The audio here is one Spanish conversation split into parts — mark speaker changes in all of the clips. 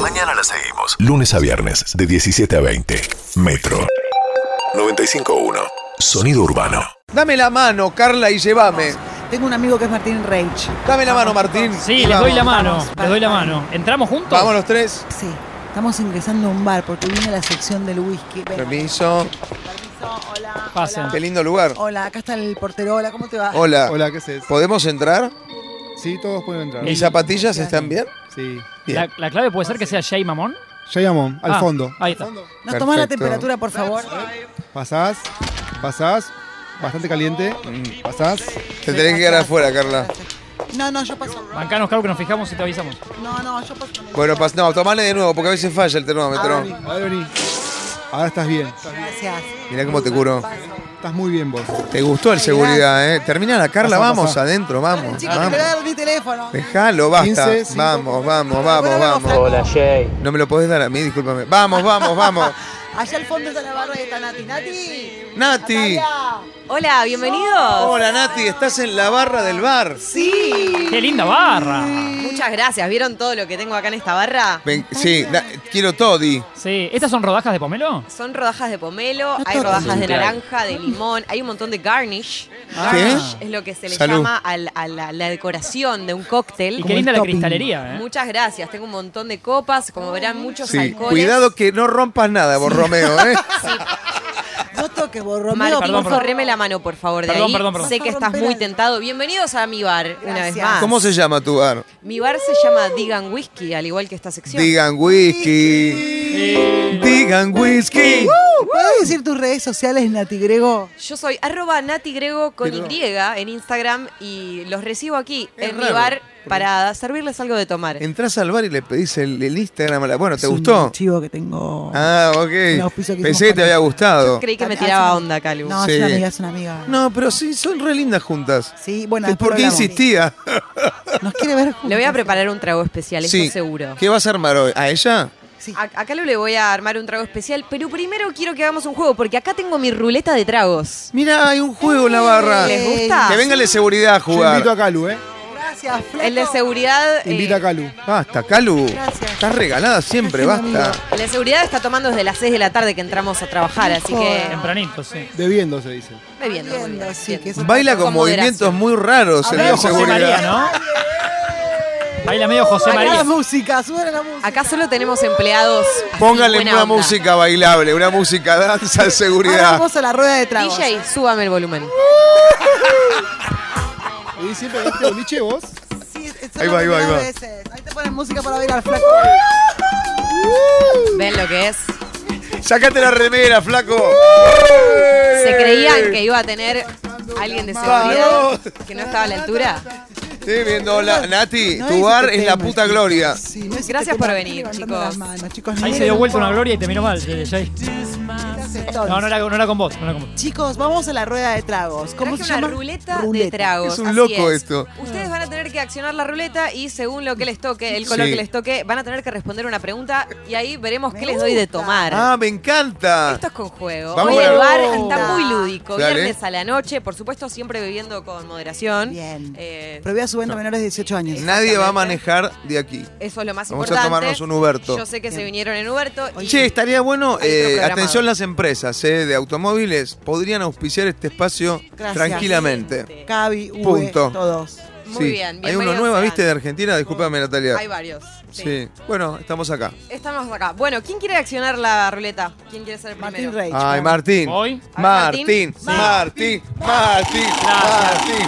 Speaker 1: Mañana la seguimos. Lunes a viernes, de 17 a 20. Metro. 95.1. Sonido urbano.
Speaker 2: Dame la mano, Carla, y llévame.
Speaker 3: Tengo un amigo que es Martín Reich.
Speaker 2: Dame la mano, Martín.
Speaker 4: Sí,
Speaker 2: Y
Speaker 4: les doy
Speaker 2: vamos.
Speaker 4: la mano,
Speaker 3: vamos,
Speaker 4: les doy la mano. ¿Entramos juntos?
Speaker 2: Vamos los tres.
Speaker 3: Sí. Estamos ingresando a un bar porque viene la sección del whisky. Ven.
Speaker 2: Permiso.
Speaker 3: Permiso, hola.
Speaker 4: Pasen.
Speaker 2: Qué lindo lugar.
Speaker 3: Hola, acá está el portero. Hola, ¿cómo te va?
Speaker 4: Ah.
Speaker 2: Hola.
Speaker 5: Hola, ¿qué haces?
Speaker 2: ¿Podemos entrar?
Speaker 5: Sí, todos pueden entrar.
Speaker 2: ¿Mis zapatillas están bien?
Speaker 5: Sí.
Speaker 4: La, la clave puede ser que sea Jay Mamón.
Speaker 5: Llegamos, al
Speaker 4: Ah,
Speaker 5: fondo.
Speaker 4: Ahí está.
Speaker 3: ¿Nos tomás
Speaker 2: perfecto.
Speaker 3: la temperatura, por favor?
Speaker 5: Pasás, pasás, bastante caliente. Pasás.
Speaker 2: Te tenés que quedar afuera, Carla.
Speaker 3: No, no, yo paso.
Speaker 4: Bancanos, claro, que nos fijamos y te avisamos.
Speaker 3: No, no, yo paso.
Speaker 2: Bueno, pas no, tomale de nuevo, porque a veces falla el
Speaker 3: Ah,
Speaker 2: termómetro.
Speaker 5: Vení, a ver, vení. Ahora estás bien.
Speaker 3: Gracias.
Speaker 2: Mirá cómo te curo.
Speaker 5: Estás muy bien vos.
Speaker 2: Te gustó el seguridad, ¿eh? Terminala, Carla,
Speaker 5: Pasá,
Speaker 2: vamos
Speaker 5: pasá.
Speaker 2: adentro, vamos.
Speaker 3: Chicos, te voy a
Speaker 2: vamos.
Speaker 3: dar mi teléfono.
Speaker 2: Dejalo, basta.
Speaker 5: 15, cinco.
Speaker 2: vamos, vamos, vamos,
Speaker 3: Bueno, vamos,
Speaker 2: vamos.
Speaker 6: Hola Jay.
Speaker 2: No me lo podés dar a mí, discúlpame. Vamos, vamos, vamos.
Speaker 3: Allá al fondo está la barra de Nati. Nati.
Speaker 2: Nati.
Speaker 3: Natalia.
Speaker 7: Hola, bienvenidos.
Speaker 2: Hola, Nati, estás en la barra del bar.
Speaker 3: Sí.
Speaker 4: ¡Qué linda barra!
Speaker 7: Muchas gracias. ¿Vieron todo lo que tengo acá en esta barra?
Speaker 2: Ven, sí, da- quiero toddy.
Speaker 4: Sí, ¿estas son rodajas de pomelo?
Speaker 7: Son rodajas de pomelo, hay rodajas de naranja, de limón, hay un montón de garnish.
Speaker 3: Ah.
Speaker 7: Garnish es lo que se le
Speaker 2: Ah. Salud.
Speaker 7: llama al- a la, la decoración de un
Speaker 4: Y
Speaker 7: cóctel.
Speaker 4: qué
Speaker 5: el
Speaker 4: linda la
Speaker 5: topping.
Speaker 4: cristalería, ¿eh?
Speaker 7: Muchas gracias. Tengo un montón de copas, como verán, muchos
Speaker 2: Sí,
Speaker 7: alcoholes.
Speaker 2: cuidado que no rompas nada, vos, Romeo, ¿eh?
Speaker 3: No toques, vos, Romeo.
Speaker 7: Martín,
Speaker 4: perdón, perdón.
Speaker 7: por favor, reme la mano, por favor, de
Speaker 4: Perdón,
Speaker 7: ahí.
Speaker 4: perdón, perdón.
Speaker 7: Sé que estás muy tentado. Bienvenidos a mi bar, una vez
Speaker 3: Gracias.
Speaker 7: más.
Speaker 2: ¿Cómo se llama tu ah, bar?
Speaker 7: Mi bar se llama Digan Whisky, al igual que esta sección.
Speaker 2: Digan whisky. Digan whisky. Uh.
Speaker 3: ¿Puedes decir tus redes sociales, Nati Grego?
Speaker 7: Yo soy arroba natigrego con
Speaker 2: Grego.
Speaker 7: Y en Instagram y los recibo aquí
Speaker 2: Es
Speaker 7: en
Speaker 2: raro,
Speaker 7: mi bar para servirles algo de tomar.
Speaker 2: Entrás al bar y le pedís el, el Instagram a la. Bueno, ¿te
Speaker 3: Es un
Speaker 2: gustó?
Speaker 3: chivo que tengo.
Speaker 2: Ah,
Speaker 3: Un
Speaker 2: ok.
Speaker 3: auspicio que
Speaker 2: Pensé
Speaker 3: hicimos
Speaker 2: que te
Speaker 3: con-
Speaker 2: había gustado.
Speaker 7: Creí que me
Speaker 3: Ah, es
Speaker 7: tiraba
Speaker 3: una-
Speaker 7: onda, Calu.
Speaker 3: No,
Speaker 2: Sí.
Speaker 3: es una amiga, es una amiga.
Speaker 2: No, pero sí, son re lindas juntas.
Speaker 3: Sí, bueno,
Speaker 2: Es
Speaker 3: después
Speaker 2: porque
Speaker 3: hablamos.
Speaker 2: insistía.
Speaker 3: Nos quiere ver juntos.
Speaker 7: Le voy a preparar un trago especial,
Speaker 2: Sí.
Speaker 7: eso seguro.
Speaker 2: ¿Qué vas a armar hoy? ¿A ella?
Speaker 3: Sí.
Speaker 7: A, a Calu le voy a armar un trago especial, pero primero quiero que hagamos un juego, porque acá tengo mi ruleta de tragos.
Speaker 2: Mira, hay un juego en la barra.
Speaker 7: ¿Les gusta?
Speaker 2: Que venga el de seguridad a
Speaker 5: Yo invito a
Speaker 2: jugar.
Speaker 5: Calu, ¿eh?
Speaker 3: Gracias, Flaco.
Speaker 7: El de seguridad. eh,
Speaker 5: Invita a Calu.
Speaker 2: Basta, Calu.
Speaker 3: Gracias.
Speaker 2: Estás regalada siempre,
Speaker 3: Gracias,
Speaker 2: basta.
Speaker 7: el de seguridad está tomando desde las 6 de la tarde que entramos a trabajar, así que
Speaker 4: Tempranito, sí.
Speaker 5: Bebiendo se dice.
Speaker 7: bebiendo. muy bien,
Speaker 3: Bebiendo, sí,
Speaker 7: bien.
Speaker 3: que eso-
Speaker 2: Baila con,
Speaker 7: Con
Speaker 2: movimientos muy
Speaker 7: moderación.
Speaker 2: raros el de
Speaker 3: Hablaba
Speaker 4: Medio José María,
Speaker 2: seguridad.
Speaker 4: ¿no? Baila medio José
Speaker 3: Acá la
Speaker 4: María.
Speaker 3: música, sube la música.
Speaker 7: Acá solo tenemos empleados. así,
Speaker 2: Póngale
Speaker 7: buena
Speaker 2: una
Speaker 7: onda.
Speaker 2: música bailable, una música danza de
Speaker 3: Ahora
Speaker 2: seguridad.
Speaker 3: vamos a la rueda de tragos.
Speaker 7: DJ, súbame el volumen.
Speaker 5: Y siempre hablaste boliche vos.
Speaker 3: Sí, es- es
Speaker 2: Ahí va, ahí va, ahí va.
Speaker 3: veces. eh. Ahí te ponen música para bailar, Flaco.
Speaker 7: ¿Ven lo que es?
Speaker 2: Sácate la remera, flaco.
Speaker 7: Se creían que iba a tener alguien de seguridad que no estaba a la altura.
Speaker 2: Estoy viendo la Nati,
Speaker 3: No es
Speaker 2: tu
Speaker 3: este
Speaker 2: bar es la
Speaker 3: tema,
Speaker 2: puta
Speaker 3: chicos.
Speaker 2: gloria.
Speaker 3: Sí, no es este
Speaker 7: Gracias
Speaker 3: tema,
Speaker 7: por
Speaker 3: estoy
Speaker 7: venir,
Speaker 3: levantando
Speaker 7: chicos.
Speaker 3: las manos, chicos.
Speaker 4: Ahí se dio vuelta una gloria y te miró mal, sí, Jay. No, no era, no era con vos, no era con vos.
Speaker 3: Chicos, vamos a la rueda de tragos. ¿Cómo
Speaker 7: Traje
Speaker 3: se
Speaker 7: una
Speaker 3: llama?
Speaker 7: ruleta, de
Speaker 3: Ruleta.
Speaker 7: tragos.
Speaker 2: Es un
Speaker 7: así
Speaker 2: loco esto.
Speaker 7: Ustedes van a tener que accionar la ruleta y según lo que les toque, el color
Speaker 2: Sí.
Speaker 7: que les toque, van a tener que responder una pregunta y ahí veremos
Speaker 3: Me
Speaker 7: qué les doy de
Speaker 3: gusta.
Speaker 7: tomar.
Speaker 2: Ah, me encanta.
Speaker 7: Esto es con juego.
Speaker 2: Vamos
Speaker 7: Hoy
Speaker 2: a
Speaker 7: el
Speaker 2: la-
Speaker 7: bar está muy lúdico.
Speaker 2: Dale.
Speaker 7: Viernes a la noche, por supuesto, siempre bebiendo con moderación.
Speaker 3: Bien.
Speaker 7: Eh,
Speaker 3: Prohibida su venta a menores de 18 años.
Speaker 2: Nadie va a manejar de aquí.
Speaker 7: eso es lo más
Speaker 2: Vamos a
Speaker 7: importante.
Speaker 2: tomarnos un Uberto.
Speaker 7: Yo sé que se
Speaker 3: Bien.
Speaker 7: vinieron en Uberto. y-
Speaker 2: Che, estaría bueno,
Speaker 7: Hay otro
Speaker 2: eh,
Speaker 7: programado.
Speaker 2: atención las empresas eh, de automóviles, podrían auspiciar este espacio
Speaker 3: Gracias.
Speaker 2: tranquilamente.
Speaker 3: Cabi, V,
Speaker 2: Punto.
Speaker 3: todos.
Speaker 7: Muy
Speaker 2: Sí.
Speaker 7: bien.
Speaker 2: Hay uno
Speaker 7: bienvenidos
Speaker 2: nuevo,
Speaker 7: sean.
Speaker 2: viste, de Argentina, discúlpame Natalia.
Speaker 7: Hay varios. Sí.
Speaker 2: Sí. Bueno, estamos acá.
Speaker 7: Estamos acá. Bueno, ¿quién quiere accionar la ruleta? ¿Quién quiere ser el primero?
Speaker 3: Martín Reich.
Speaker 2: Ay, Martín.
Speaker 4: Voy.
Speaker 2: Martín, Martín, Martín, Martín, Martín.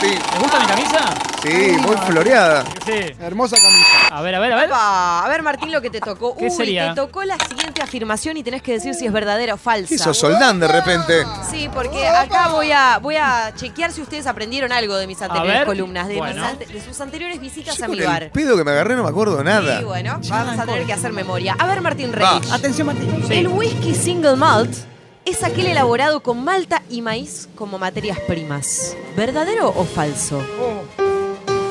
Speaker 4: ¿Te gusta mi camisa?
Speaker 2: Sí, muy floreada.
Speaker 4: Sí.
Speaker 5: Hermosa camisa.
Speaker 4: A ver, a ver, a ver.
Speaker 7: Pa, A ver, Martín, lo que te tocó.
Speaker 4: ¿Qué
Speaker 7: Uy,
Speaker 4: sería?
Speaker 7: te tocó la siguiente afirmación y tenés que decir si es verdadera o falsa.
Speaker 2: ¿Qué hizo Soldán de repente?
Speaker 7: Sí, porque acá voy a, voy a chequear si ustedes aprendieron algo de mis anteriores
Speaker 4: ver.
Speaker 7: columnas, de, mis
Speaker 4: Bueno.
Speaker 7: ante- de sus anteriores visitas
Speaker 2: Yo
Speaker 7: a mi
Speaker 2: con el
Speaker 7: bar.
Speaker 2: pedo que me agarré no me acuerdo nada.
Speaker 7: Y bueno, vamos a tener que hacer memoria. A ver, Martín Rey.
Speaker 2: Va.
Speaker 3: Atención, Martín.
Speaker 7: El whisky single malt es aquel elaborado con malta y maíz como materias primas. ¿Verdadero o falso?
Speaker 4: Oh.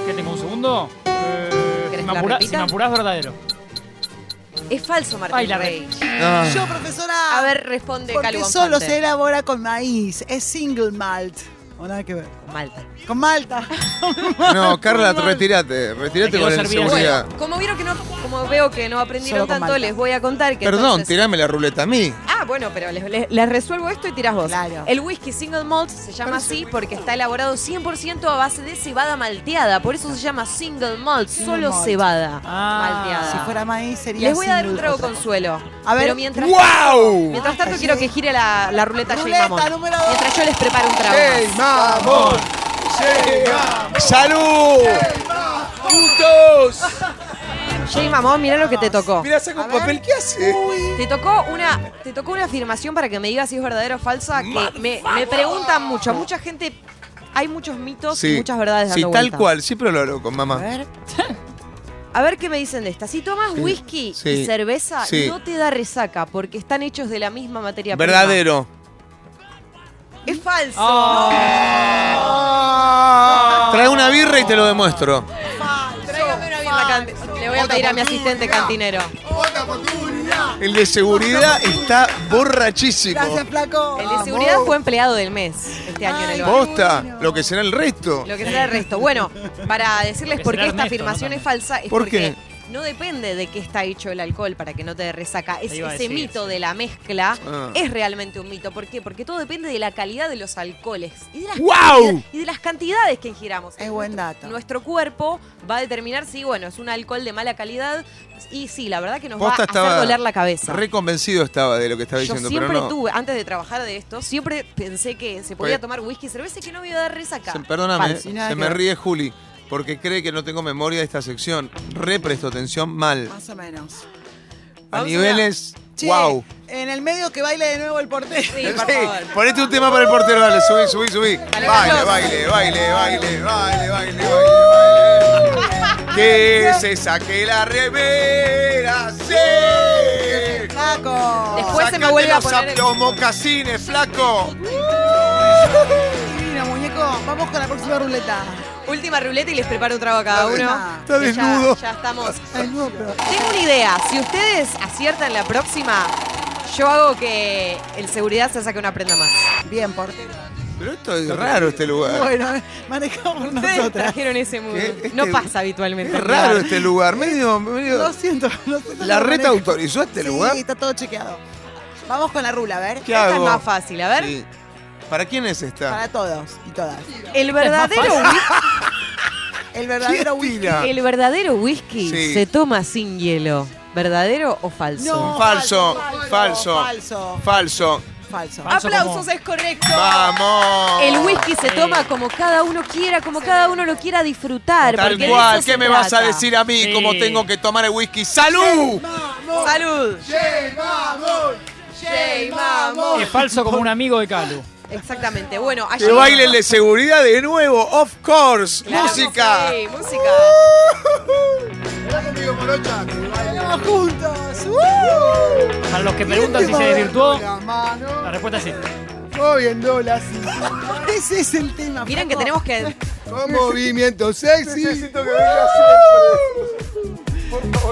Speaker 4: ¿Qué tengo? ¿Un segundo? Eh, Si
Speaker 7: ¿Querés que
Speaker 4: me,
Speaker 7: la
Speaker 4: apura-
Speaker 7: repita?
Speaker 4: si me apurás, verdadero.
Speaker 7: Es falso, Martín
Speaker 4: Ay, la
Speaker 7: Rey.
Speaker 2: Ah.
Speaker 3: Yo, profesora.
Speaker 7: A ver,
Speaker 3: Ah,
Speaker 7: responde
Speaker 3: Porque
Speaker 7: Calvo
Speaker 3: solo
Speaker 7: Infante.
Speaker 3: se elabora con maíz. Es single malt. O nada que ver.
Speaker 7: Malta.
Speaker 3: Con Malta.
Speaker 2: No, Carla, retírate. Retírate
Speaker 4: Me
Speaker 2: con
Speaker 4: quiero
Speaker 2: el
Speaker 4: servir a-
Speaker 2: seguridad.
Speaker 7: Bueno, como vieron que no, como veo que no
Speaker 3: Solo
Speaker 7: aprendieron
Speaker 3: con
Speaker 7: tanto,
Speaker 3: Malta.
Speaker 7: les voy a contar que.
Speaker 2: Perdón,
Speaker 7: entonces-
Speaker 2: tirame la ruleta a mí.
Speaker 7: Ah, bueno, pero les, les- les resuelvo esto y tirás vos.
Speaker 3: Claro.
Speaker 7: El whisky single malt se llama así porque está elaborado 100% a base de cebada malteada. Por eso se llama single malt,
Speaker 3: Single
Speaker 7: solo
Speaker 3: malt.
Speaker 7: cebada
Speaker 4: Ah,
Speaker 7: malteada.
Speaker 3: Si fuera maíz sería.
Speaker 7: les voy a dar un
Speaker 3: single
Speaker 7: trago
Speaker 3: otra cosa.
Speaker 7: consuelo.
Speaker 3: A ver.
Speaker 7: Pero mientras,
Speaker 2: ¡Wow!
Speaker 7: mientras tanto quiero que gire la, la ruleta, Jay
Speaker 3: Ruleta
Speaker 7: Mamón.
Speaker 3: número dos.
Speaker 7: Mientras yo les preparo un trago.
Speaker 2: ¡Ey,
Speaker 7: más.
Speaker 2: mamón! ¡Salud! ¡Juntos!
Speaker 7: Jay Mamón, mirá lo que te tocó.
Speaker 2: Mirá, saca un papel. ¿Qué hace?
Speaker 7: Te tocó una, te tocó una afirmación para que me digas si es verdadero o falsa, que me, me preguntan mucho. Mucha gente, hay muchos mitos y muchas verdades
Speaker 2: Sí,
Speaker 7: dando
Speaker 2: tal
Speaker 7: vuelta.
Speaker 2: cual. Siempre lo hablo con
Speaker 3: A
Speaker 2: mamá.
Speaker 3: ver.
Speaker 7: A ver qué me dicen de esta. Si tomas whisky y
Speaker 2: sí,
Speaker 7: cerveza,
Speaker 2: sí.
Speaker 7: no te da resaca porque están hechos de la misma materia prima.
Speaker 2: Verdadero.
Speaker 7: Es falso. Oh.
Speaker 2: Trae una birra y te lo demuestro.
Speaker 7: Tráigame una birra can- Le voy a pedir a mi asistente cantinero.
Speaker 2: El de seguridad está borrachísimo.
Speaker 3: Gracias, flaco.
Speaker 7: El de seguridad fue empleado del mes este año en el
Speaker 3: Ay,
Speaker 7: bar.
Speaker 2: Posta, lo que será el resto.
Speaker 7: Lo que será el resto. Bueno, para decirles
Speaker 4: Porque
Speaker 7: por qué
Speaker 4: será
Speaker 7: esta
Speaker 4: Ernesto,
Speaker 7: afirmación
Speaker 4: ¿no?
Speaker 7: es falsa, es
Speaker 2: ¿Por
Speaker 7: porque
Speaker 2: qué?
Speaker 7: no depende de qué está hecho el alcohol para que no te dé resaca. Es
Speaker 4: Te iba a
Speaker 7: ese
Speaker 4: decir,
Speaker 7: mito
Speaker 4: sí.
Speaker 7: de la mezcla
Speaker 2: Ah.
Speaker 7: es realmente un mito. ¿Por qué? Porque todo depende de la calidad de los alcoholes y de las,
Speaker 2: ¡Guau!
Speaker 7: cantidad- y de las cantidades que ingiramos.
Speaker 3: Es buen dato.
Speaker 7: Nuestro cuerpo va a determinar si, bueno, es un alcohol de mala calidad y sí, la verdad que nos
Speaker 2: Posta
Speaker 7: va a hacer
Speaker 2: estaba
Speaker 7: doler la cabeza.
Speaker 2: Reconvencido estaba de lo que estaba
Speaker 7: Yo
Speaker 2: diciendo,
Speaker 7: siempre
Speaker 2: pero no.
Speaker 7: tuve, antes de trabajar de esto, siempre pensé que se podía tomar whisky y cerveza y que no me iba a dar resaca.
Speaker 2: Se- perdóname,
Speaker 3: Falso. Y nada
Speaker 2: se
Speaker 3: que
Speaker 2: me
Speaker 3: ver.
Speaker 2: ríe Juli, porque cree que no tengo memoria de esta sección. Re presto atención mal.
Speaker 3: Más o menos.
Speaker 2: A
Speaker 7: Vamos
Speaker 2: niveles,
Speaker 3: Che,
Speaker 2: wow.
Speaker 3: En el medio que baile de nuevo el portero.
Speaker 7: Sí,
Speaker 2: Sí,
Speaker 7: por favor.
Speaker 2: ponete un tema para el portero, dale, subí, subí, subí.
Speaker 7: Dale,
Speaker 2: Baile,
Speaker 7: Carlos.
Speaker 2: baile, baile, baile, baile, baile, baile, baile. Que se saque la remera, sí.
Speaker 3: Flaco.
Speaker 7: Después Pues se me
Speaker 2: Sacate
Speaker 7: vuelve a
Speaker 2: los
Speaker 7: poner el-
Speaker 2: zapatos, mocasines, flaco.
Speaker 3: Divino, muñeco. Vamos con la próxima ruleta.
Speaker 7: Última ruleta y les preparo un trago a cada uno.
Speaker 3: Está
Speaker 7: que
Speaker 2: desnudo.
Speaker 7: Ya, ya estamos.
Speaker 3: Ay, no, pero-
Speaker 7: Tengo una idea. Si ustedes aciertan la próxima, yo hago que el seguridad se saque una prenda más.
Speaker 3: Bien, portero.
Speaker 2: Pero esto es raro este lugar.
Speaker 3: Bueno, manejamos
Speaker 7: Ustedes
Speaker 3: nosotras.
Speaker 7: trajeron ese mood.
Speaker 2: ¿Qué? Este-
Speaker 7: no pasa habitualmente.
Speaker 2: Es raro este lugar, medio, medio.
Speaker 3: Lo siento, nosotros
Speaker 2: La
Speaker 3: lo
Speaker 2: reta
Speaker 3: manejamos.
Speaker 2: autorizó este lugar.
Speaker 3: Sí, está todo chequeado. Vamos con la rula, a ver.
Speaker 2: ¿Qué
Speaker 7: Esta es
Speaker 2: hago?
Speaker 7: más fácil. A ver,
Speaker 2: Sí. ¿Para quién es esta?
Speaker 3: Para todos y todas.
Speaker 7: el verdadero whisky,
Speaker 3: El verdadero
Speaker 2: ¿Quién
Speaker 3: whisky.
Speaker 2: tira?
Speaker 7: el verdadero whisky
Speaker 2: Ah. Sí.
Speaker 7: se toma sin hielo. ¿Verdadero o falso?
Speaker 3: No,
Speaker 2: Falso, falso.
Speaker 3: falso,
Speaker 2: Falso.
Speaker 3: falso. Ah,
Speaker 4: Falso
Speaker 7: Aplausos,
Speaker 4: como-
Speaker 7: es correcto.
Speaker 2: ¡Vamos!
Speaker 7: El whisky se
Speaker 4: Sí.
Speaker 7: toma como cada uno quiera, como cada uno lo quiera disfrutar.
Speaker 2: Tal
Speaker 7: porque de
Speaker 2: cual,
Speaker 7: eso se
Speaker 2: ¿qué me vas a
Speaker 7: trata.
Speaker 2: decir a mí
Speaker 4: Sí.
Speaker 2: cómo tengo que tomar el whisky? ¡Salud!
Speaker 7: Salud.
Speaker 4: Es falso como un amigo de Calu.
Speaker 7: Exactamente. Bueno,
Speaker 2: Que baile el de seguridad de nuevo, of course.
Speaker 7: Claro que
Speaker 2: Música.
Speaker 7: Sí, música.
Speaker 3: Vamos juntos. ¡Uh!
Speaker 4: Para los que preguntan si se desvirtuó, la respuesta es sí.
Speaker 5: Moviendo las
Speaker 3: Ese es el
Speaker 2: Uh.
Speaker 3: tema.
Speaker 7: Miren que tenemos que.
Speaker 5: con movimiento sexy.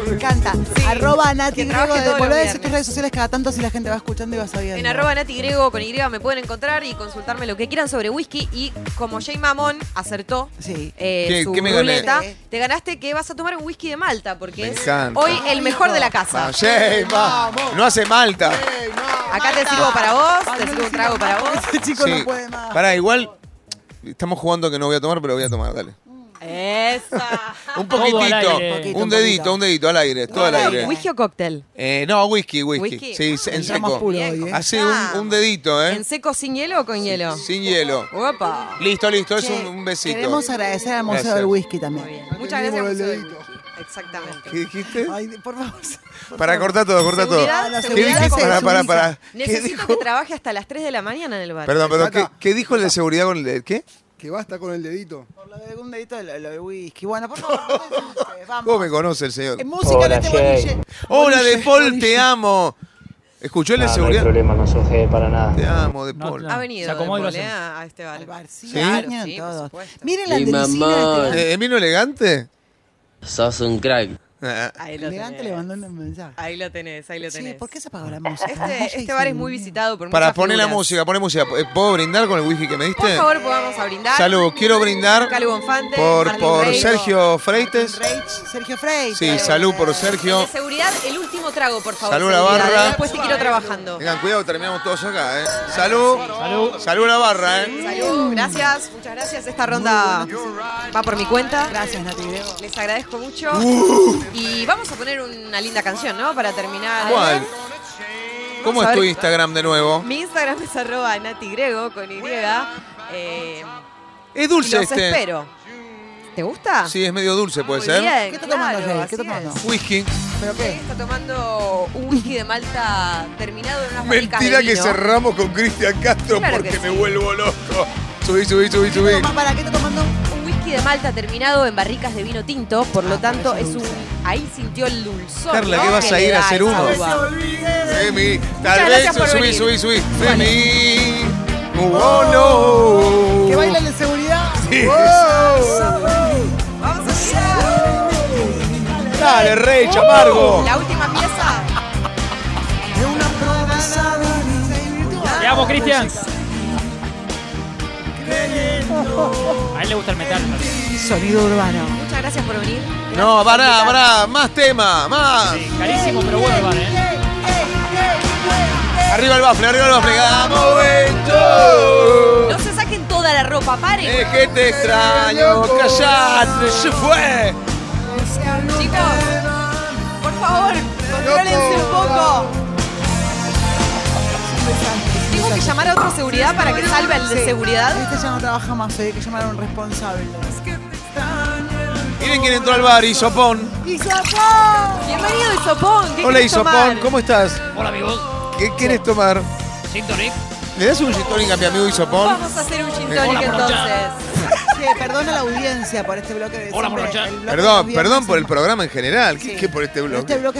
Speaker 3: Me encanta. Arroba Nati
Speaker 7: Que trabaje
Speaker 3: Grego de
Speaker 7: todos los
Speaker 3: Volvés
Speaker 7: viernes.
Speaker 3: tus redes sociales cada tanto si la gente va escuchando y va sabiendo.
Speaker 7: En arroba Nati Grego con Y me pueden encontrar y consultarme lo que quieran sobre whisky. Y como Jay Mamón acertó
Speaker 3: Sí.
Speaker 7: eh,
Speaker 2: ¿Qué-
Speaker 7: su
Speaker 2: qué me gané?
Speaker 7: ruleta,
Speaker 3: Sí.
Speaker 7: te ganaste que vas a tomar un whisky de Malta, porque
Speaker 2: Me
Speaker 7: es
Speaker 2: encanta.
Speaker 7: hoy el mejor de la casa.
Speaker 2: Vamos, Jay, vamos. Ah, No hace Malta.
Speaker 7: Acá te sirvo para vos, te sirvo un trago para vos.
Speaker 3: Ese chico
Speaker 2: Sí.
Speaker 3: no puede más.
Speaker 2: Pará, igual estamos jugando que no voy a tomar, pero voy a tomar, dale.
Speaker 7: Esa.
Speaker 2: Un
Speaker 4: Todo al
Speaker 2: poquitito,
Speaker 4: aire.
Speaker 3: Poquito,
Speaker 2: un
Speaker 3: poquito.
Speaker 2: dedito, un dedito al aire, todo al
Speaker 3: Todo al
Speaker 2: aire.
Speaker 7: ¿Whisky o cóctel?
Speaker 2: Eh, no, whisky, whisky.
Speaker 7: Whisky.
Speaker 2: Sí, en
Speaker 3: Entramos
Speaker 2: seco.
Speaker 3: puro hoy, ¿eh?
Speaker 2: Hace un, un dedito, ¿eh?
Speaker 7: ¿En seco sin hielo o con hielo?
Speaker 2: Sin hielo.
Speaker 7: Opa.
Speaker 2: Listo, listo, es
Speaker 3: Che,
Speaker 2: un, un besito.
Speaker 3: Queremos agradecer al Museo
Speaker 2: Gracias. ¿Eh?
Speaker 3: del Whisky
Speaker 7: Muy
Speaker 3: también.
Speaker 7: bien. Muchas gracias.
Speaker 5: Atendimos
Speaker 7: José.
Speaker 5: el dedito.
Speaker 7: Exactamente.
Speaker 2: ¿Qué dijiste?
Speaker 3: Ay, por favor.
Speaker 2: Para cortar todo, cortar todo.
Speaker 7: Ah, Seguridad,
Speaker 3: la
Speaker 2: ¿Qué
Speaker 3: seguridad
Speaker 2: dijiste?
Speaker 7: se
Speaker 2: Para, para,
Speaker 3: desubica.
Speaker 2: para. ¿Qué
Speaker 7: Necesito
Speaker 2: dijo?
Speaker 7: que trabaje hasta las 3 de la mañana en el bar.
Speaker 2: Perdón, perdón. ¿Qué,
Speaker 5: Saca.
Speaker 2: qué dijo el de seguridad con el de qué?
Speaker 5: Que basta con el dedito.
Speaker 3: Por lo de un dedito de lo, lo del whisky. Bueno, por favor, no te asustes,
Speaker 2: ¿Cómo
Speaker 3: vamos.
Speaker 2: me conoce el señor?
Speaker 3: En música en
Speaker 6: Hola,
Speaker 3: este
Speaker 6: Jay.
Speaker 3: bolille.
Speaker 2: Hola,
Speaker 3: Bolille,
Speaker 2: De Paul,
Speaker 3: bolille.
Speaker 2: te amo. ¿Escuchó el de
Speaker 6: Ah, No, no hay
Speaker 2: seguridad?
Speaker 6: problema, no sos gay para nada.
Speaker 2: Te amo, De
Speaker 4: No,
Speaker 2: Paul.
Speaker 4: no.
Speaker 7: Ha venido
Speaker 4: Se acomodó y lo
Speaker 7: de volea a este
Speaker 3: Al
Speaker 7: bar.
Speaker 3: bar, sí,
Speaker 2: Sí.
Speaker 3: venían
Speaker 7: Claro, sí, por
Speaker 3: todos.
Speaker 7: supuesto.
Speaker 3: Miren la
Speaker 8: Mi
Speaker 3: andalucina de este
Speaker 8: mamá.
Speaker 3: bar.
Speaker 2: Eh, ¿Emilio Elegante?
Speaker 8: Sos un crack.
Speaker 7: Ahí lo
Speaker 3: Elegante le
Speaker 7: tenés.
Speaker 3: mandó un mensaje.
Speaker 7: Ahí lo tenés, ahí lo tenés.
Speaker 3: Sí, ¿por qué se apagó la música? Vaya
Speaker 7: Este,
Speaker 3: y
Speaker 7: este
Speaker 3: se
Speaker 7: bar es muy
Speaker 3: ilumina.
Speaker 7: visitado por
Speaker 2: Para
Speaker 7: muchas
Speaker 2: poner la
Speaker 7: figuras.
Speaker 2: música, poner música. Eh, ¿Puedo brindar con el whisky que me diste?
Speaker 7: Por favor, podamos a brindar.
Speaker 2: Salud, quiero brindar
Speaker 7: Calu Bonfante,
Speaker 2: por,
Speaker 7: Martín
Speaker 2: por
Speaker 7: Reiro.
Speaker 2: Sergio Freites.
Speaker 3: Reich, Sergio Frey.
Speaker 2: Sí, salud por
Speaker 7: De
Speaker 2: Sergio.
Speaker 7: seguridad, el último trago, por favor.
Speaker 2: Salud a la
Speaker 7: seguridad.
Speaker 2: barra.
Speaker 7: Después te quiero trabajando.
Speaker 2: Tengan cuidado, terminamos todos acá, ¿eh? Salud.
Speaker 4: Salud.
Speaker 2: Salud a la barra, ¿eh?
Speaker 7: Salud, gracias, muchas gracias. Esta ronda va por mi cuenta.
Speaker 3: Gracias, Nati Grego.
Speaker 7: Les agradezco mucho.
Speaker 2: Uh.
Speaker 7: Y vamos a poner una linda canción, ¿no? Para terminar.
Speaker 2: ¿Cuál? ¿Cómo
Speaker 7: Vamos a
Speaker 2: es tu
Speaker 7: ver.
Speaker 2: Instagram de nuevo?
Speaker 7: Mi Instagram es arroba natigrego con Y. Eh,
Speaker 2: Es
Speaker 7: y
Speaker 2: dulce
Speaker 7: los
Speaker 2: este.
Speaker 7: espero. ¿Te gusta?
Speaker 2: Sí, es medio dulce, puede
Speaker 7: Muy
Speaker 2: ser.
Speaker 7: bien,
Speaker 3: ¿Qué está tomando,
Speaker 7: claro,
Speaker 3: Jay? ¿Qué
Speaker 7: así
Speaker 3: está tomando?
Speaker 7: es.
Speaker 2: Whisky.
Speaker 3: ¿Pero
Speaker 7: Jay
Speaker 3: qué?
Speaker 7: está tomando un whisky de Malta terminado en unas barricas de
Speaker 2: Mentira que
Speaker 7: vino.
Speaker 2: cerramos con Cristian Castro
Speaker 7: Claro que
Speaker 2: porque me
Speaker 7: sí.
Speaker 2: vuelvo loco. Subí, subí, subí,
Speaker 3: ¿Qué
Speaker 2: subí.
Speaker 3: toma- Ah, ¿Para qué está tomando?
Speaker 7: Un whisky de Malta terminado en barricas de vino tinto, por lo
Speaker 3: Ah,
Speaker 7: tanto
Speaker 3: por eso
Speaker 7: es un
Speaker 3: dulce.
Speaker 7: ahí sintió el dulzor.
Speaker 2: Carla,
Speaker 7: ¿no?
Speaker 2: ¿qué vas a
Speaker 7: le
Speaker 2: ir a
Speaker 7: da
Speaker 2: hacer
Speaker 7: esa
Speaker 2: uno?
Speaker 7: uva.
Speaker 2: Semi. Tal
Speaker 7: Muchas
Speaker 2: vez
Speaker 7: gracias por
Speaker 2: subí,
Speaker 7: venir.
Speaker 2: subí, subí. Semi. Oh no.
Speaker 3: Que baila de seguridad.
Speaker 2: Sí.
Speaker 7: Vamos a girar.
Speaker 2: Dale, rey, chamargo.
Speaker 7: La última pieza.
Speaker 4: Te amo, Cristian. A él le gusta el metal.
Speaker 3: Sonido urbano.
Speaker 7: Muchas gracias por venir.
Speaker 2: No, pará, pará. Más tema, más.
Speaker 4: Sí, carísimo, pero bueno, el bar, ¿eh?
Speaker 2: Arriba el bafle, arriba el bafle. ¡Vamos, Beto!
Speaker 7: No se saquen toda la ropa, paren.
Speaker 2: Es que te extraño, callate. Se fue.
Speaker 7: Chicos, por favor, controlense un poco. Tengo que llamar a otro seguridad para que salve al de
Speaker 3: Sí.
Speaker 7: seguridad.
Speaker 3: Este ya no trabaja más, hoy hay que llamar a un responsable.
Speaker 2: Miren quién entró al bar, Isopón.
Speaker 7: Bienvenido, Isopón. ¿Qué
Speaker 2: Hola,
Speaker 7: querés tomar?
Speaker 2: Isopón, ¿cómo estás?
Speaker 4: Hola, amigos.
Speaker 2: ¿Qué quieres tomar?
Speaker 4: Gin tonic.
Speaker 2: ¿Le das un gin tonic a mi amigo Isopón?
Speaker 7: Vamos a hacer un gin
Speaker 2: Hola,
Speaker 7: tonic
Speaker 4: morocha.
Speaker 7: entonces.
Speaker 3: Sí, perdona la audiencia por este bloque de
Speaker 4: Hola,
Speaker 3: siempre,
Speaker 4: Morocha.
Speaker 3: el bloque de los
Speaker 2: Perdón,
Speaker 3: viernes
Speaker 2: perdón por
Speaker 3: es
Speaker 2: el programa en general. ¿Qué,
Speaker 3: Sí.
Speaker 2: qué por este
Speaker 3: más- Este
Speaker 2: blog?
Speaker 3: bloque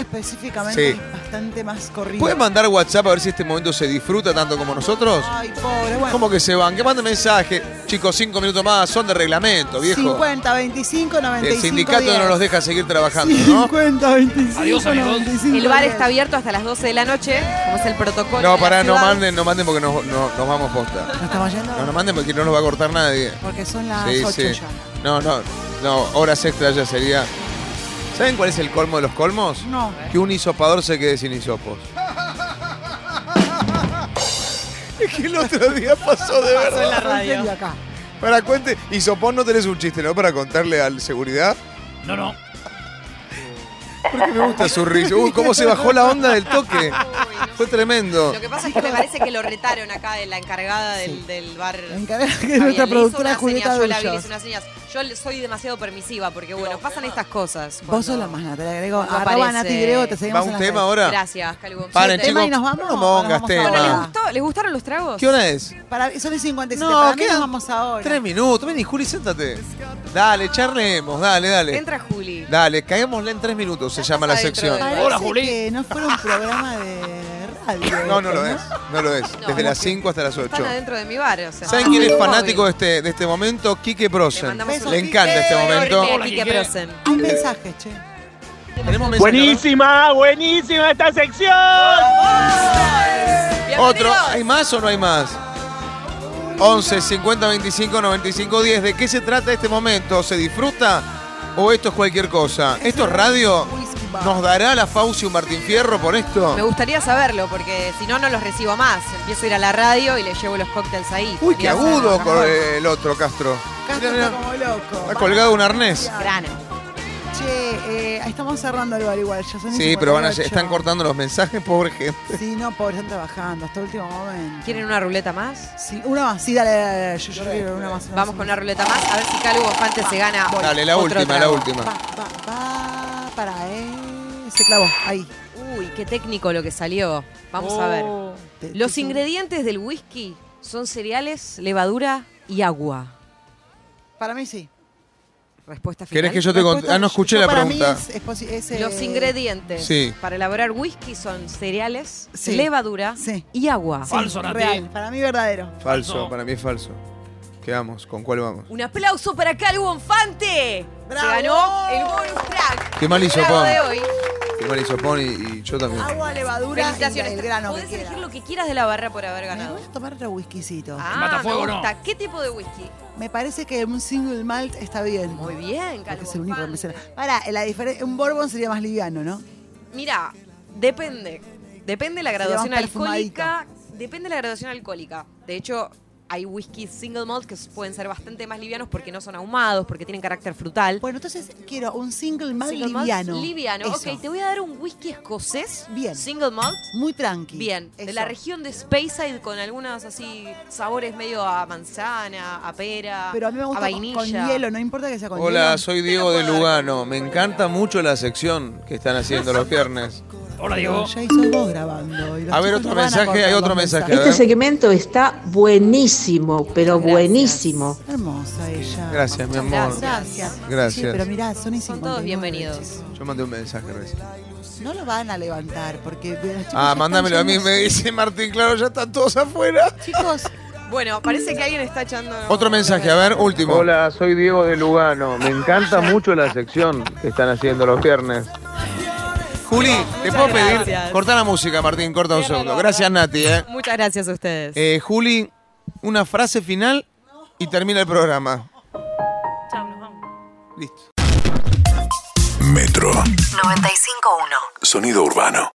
Speaker 2: Sí.
Speaker 3: específicamente es bastante más corrido.
Speaker 2: ¿Puedes mandar WhatsApp a ver si este momento se disfruta tanto como nosotros?
Speaker 3: Ay, pobre, bueno.
Speaker 2: ¿Cómo que se van? Que manden mensaje. Chicos, cinco minutos más, son de reglamento, viejo.
Speaker 3: 50, 25, 95.
Speaker 2: El sindicato no nos deja seguir trabajando, ¿no?
Speaker 3: 50, 25.
Speaker 4: Adiós, amigos.
Speaker 3: 95,
Speaker 7: El bar está
Speaker 3: 10.
Speaker 7: abierto hasta las 12 de la noche, como es el protocolo.
Speaker 2: No,
Speaker 7: de la
Speaker 2: pará, no
Speaker 7: ciudad.
Speaker 2: manden, no manden porque nos, no- nos vamos posta.
Speaker 3: ¿Nos estamos yendo?
Speaker 2: No nos manden porque no nos va a cortar nadie.
Speaker 3: Porque son
Speaker 7: Ah,
Speaker 3: las
Speaker 2: Sí,
Speaker 3: 8
Speaker 2: sí.
Speaker 3: ya.
Speaker 2: No, no, no, horas extras ya sería. ¿Saben cuál es el colmo de los colmos?
Speaker 3: No.
Speaker 2: Que un hisopador se quede sin hisopos. es que el otro día pasó de
Speaker 3: Son
Speaker 2: verdad.
Speaker 3: las radio. acá.
Speaker 2: Para cuente, hisopón no tenés un chiste, ¿no? Para contarle al seguridad.
Speaker 4: No, no.
Speaker 2: Porque me gusta su risa. Uy, cómo se bajó la onda del toque. Fue tremendo.
Speaker 7: Lo que pasa es que me parece que lo retaron acá de la encargada del, del bar.
Speaker 3: La encargada que es
Speaker 7: Fabián.
Speaker 3: nuestra
Speaker 7: Le hizo
Speaker 3: productora
Speaker 7: unas
Speaker 3: Julieta
Speaker 7: señas, Yo la vi, le
Speaker 3: Dullos.
Speaker 7: hice unas señas. Yo le- soy demasiado permisiva porque, bueno, pasan estas cosas.
Speaker 3: Vos sos la
Speaker 7: cuando-
Speaker 3: más Natalia Grego.
Speaker 7: cuando
Speaker 3: Arroba
Speaker 7: aparece-
Speaker 3: Nati Grego, te
Speaker 2: ¿Va
Speaker 3: seguimos en
Speaker 2: un
Speaker 3: las
Speaker 2: tema
Speaker 3: redes.
Speaker 2: ahora?
Speaker 7: Gracias, Calibón.
Speaker 2: Paren,
Speaker 3: Tema
Speaker 2: chicos.
Speaker 3: y nos vamos,
Speaker 2: No
Speaker 3: ¿o nos
Speaker 2: mongas,
Speaker 3: vamos
Speaker 2: tema.
Speaker 7: Bueno,
Speaker 3: ahora?
Speaker 7: ¿les gustó? ¿Les gustaron los tragos?
Speaker 2: ¿Qué hora es?
Speaker 3: Para, son las 57.
Speaker 2: No,
Speaker 3: para mí
Speaker 2: quedan
Speaker 3: nos vamos ahora.
Speaker 2: Tres minutos. Vení, Juli, siéntate. Dale, charlemos. Dale, dale.
Speaker 7: Entra Juli.
Speaker 2: Dale, caémosle en tres minutos, se llama la
Speaker 7: está dentro
Speaker 2: sección.
Speaker 7: de-
Speaker 3: Parece
Speaker 4: Hola, Juli.
Speaker 3: que no fuera un programa de radio.
Speaker 2: No, no lo
Speaker 3: ¿no?
Speaker 2: es, no lo es. Desde las 5 hasta las 8.
Speaker 7: Están adentro de mi bar, o sea.
Speaker 2: ¿Saben quién es fanático de este, de este momento? Quique Prosen.
Speaker 7: mandamos
Speaker 2: Le
Speaker 3: un beso,
Speaker 2: encanta este
Speaker 3: Quique.
Speaker 2: momento.
Speaker 7: Jorge
Speaker 4: Hola,
Speaker 7: Quique
Speaker 4: Quique.
Speaker 7: Prosen.
Speaker 3: Hay mensajes, che.
Speaker 2: Tenemos mensaje.
Speaker 6: Buenísima, buenísima esta sección.
Speaker 2: Otro.
Speaker 7: Bienvenidos.
Speaker 2: ¿Hay más o no hay más? 11 50 25 95 10. ¿De qué se trata este momento? ¿Se disfruta o esto es cualquier cosa? ¿Esto es radio? ¿Nos dará la Fauci un Martín Fierro por esto?
Speaker 7: Me gustaría saberlo porque si no, no los recibo más. Empiezo a ir a la radio y les llevo los cócteles ahí.
Speaker 2: Uy, qué
Speaker 7: Quería saber.
Speaker 2: agudo con el otro, Castro.
Speaker 3: Castro
Speaker 2: Mirá, mirá.
Speaker 3: está como loco.
Speaker 2: Ha colgado un arnés.
Speaker 7: Grana.
Speaker 3: Che, eh, estamos cerrando el bar igual. Ya son
Speaker 2: Sí, pero van a,
Speaker 3: 58.
Speaker 2: están cortando los mensajes, pobre gente.
Speaker 3: Sí, no, pobre, están trabajando hasta el último momento.
Speaker 7: ¿Quieren una ruleta más?
Speaker 3: Sí, una más, sí, dale, dale, dale, Yo, yo quiero una más. una
Speaker 7: Vamos
Speaker 3: más.
Speaker 7: con una ruleta más, a ver si Calvo Bonfante se gana.
Speaker 2: Dale, la
Speaker 7: otro
Speaker 2: última, la
Speaker 7: trago.
Speaker 2: última.
Speaker 3: Va, va, va, para, eh. Se clavó, ahí.
Speaker 7: Uy, qué técnico lo que salió. Vamos a ver.
Speaker 3: Oh. Te-
Speaker 7: Los
Speaker 3: te-
Speaker 7: ingredientes del whisky son cereales, levadura y agua.
Speaker 3: Para mí sí.
Speaker 7: Respuesta final.
Speaker 2: ¿Querés que yo te conté?
Speaker 3: Respuesta-
Speaker 2: Ah, no escuché
Speaker 3: yo-
Speaker 2: la
Speaker 3: para mí
Speaker 2: pregunta.
Speaker 3: es- es posi- es, eh,
Speaker 7: Los ingredientes
Speaker 2: Sí.
Speaker 7: para elaborar whisky son cereales,
Speaker 3: Sí.
Speaker 7: levadura
Speaker 3: Sí.
Speaker 7: y agua.
Speaker 3: sí,
Speaker 4: Falso, Nati.
Speaker 3: Real, para mí verdadero.
Speaker 2: Falso, para mí es falso. Quedamos, ¿con cuál vamos?
Speaker 7: Un aplauso para Calvo Infante. Se ganó el bonus track.
Speaker 2: Qué mal hizo,
Speaker 7: El grado
Speaker 2: Pau.
Speaker 7: de hoy.
Speaker 2: Qué mal hizo Pony y yo también.
Speaker 3: Agua, levadura, y
Speaker 7: Felicitaciones.
Speaker 3: el grano que
Speaker 7: Podés
Speaker 3: queda.
Speaker 7: elegir lo que quieras de la barra por haber
Speaker 3: Me
Speaker 7: ganado.
Speaker 3: voy a tomar otro whiskycito.
Speaker 7: Ah,
Speaker 4: Matafuego,
Speaker 7: me
Speaker 4: no.
Speaker 7: gusta. ¿Qué tipo de whisky?
Speaker 3: Me parece que un single malt está bien.
Speaker 7: Muy bien,
Speaker 3: Porque
Speaker 7: Calvo
Speaker 3: es el único que me
Speaker 7: Infante.
Speaker 3: sale. Pará, la diferen- un bourbon sería más liviano, ¿no?
Speaker 7: Mira, depende. Depende la
Speaker 3: Sería
Speaker 7: graduación
Speaker 3: más perfumadito.
Speaker 7: alcohólica. Depende la graduación alcohólica. De hecho, hay whisky single malt que pueden ser bastante más livianos porque no son ahumados, porque tienen carácter frutal.
Speaker 3: Bueno, entonces quiero un single malt
Speaker 7: Single malt
Speaker 3: Pues liviano.
Speaker 7: liviano.
Speaker 3: Eso.
Speaker 7: Ok, te voy a dar un whisky escocés.
Speaker 3: Bien.
Speaker 7: Single malt.
Speaker 3: Muy tranqui.
Speaker 7: Bien. De
Speaker 3: Eso.
Speaker 7: la región de Speyside con algunos así sabores medio a manzana, a pera,
Speaker 3: Pero a mí me gusta con-
Speaker 7: vainilla.
Speaker 3: con hielo, no importa que sea con
Speaker 2: Hola,
Speaker 3: hielo.
Speaker 2: soy Diego de Lugano. Me encanta mucho la sección que están haciendo los viernes.
Speaker 4: Hola,
Speaker 3: Pero
Speaker 4: Diego.
Speaker 3: Ya hizo vos grabando. y los
Speaker 2: A ver,
Speaker 3: chicos
Speaker 2: otro
Speaker 3: no van a
Speaker 2: mensaje,
Speaker 3: cortar
Speaker 2: hay otro
Speaker 3: los
Speaker 2: mensaje.
Speaker 3: mensajes.
Speaker 8: Este segmento está buenísimo, pero
Speaker 7: Gracias.
Speaker 8: buenísimo.
Speaker 3: Hermosa ella.
Speaker 2: Gracias, mi amor.
Speaker 3: Gracias.
Speaker 2: Gracias.
Speaker 3: Sí, pero mirá, son y
Speaker 7: Son
Speaker 3: 59,
Speaker 7: todos bienvenidos.
Speaker 3: chicos.
Speaker 2: Yo mandé un mensaje recién.
Speaker 3: No lo van a levantar porque los chicos ya
Speaker 2: Ah,
Speaker 3: están
Speaker 2: mándamelo a mí,
Speaker 3: yéndose.
Speaker 2: me dice Martín. Claro, ya están todos afuera.
Speaker 3: Chicos,
Speaker 7: Bueno, parece que alguien está echando.
Speaker 2: Otro mensaje, a ver, último. Hola, soy Diego de Lugano. Me encanta mucho la sección que están haciendo los viernes. Juli, ¿te puedo pedir?
Speaker 7: gracias.
Speaker 2: Corta la música, Martín, corta un segundo. Gracias, Nati. Eh.
Speaker 7: Muchas gracias a ustedes.
Speaker 2: Eh, Juli, una frase final y termina el programa.
Speaker 7: Chao, nos vamos.
Speaker 2: Listo.
Speaker 1: Metro 95.1. Sonido urbano.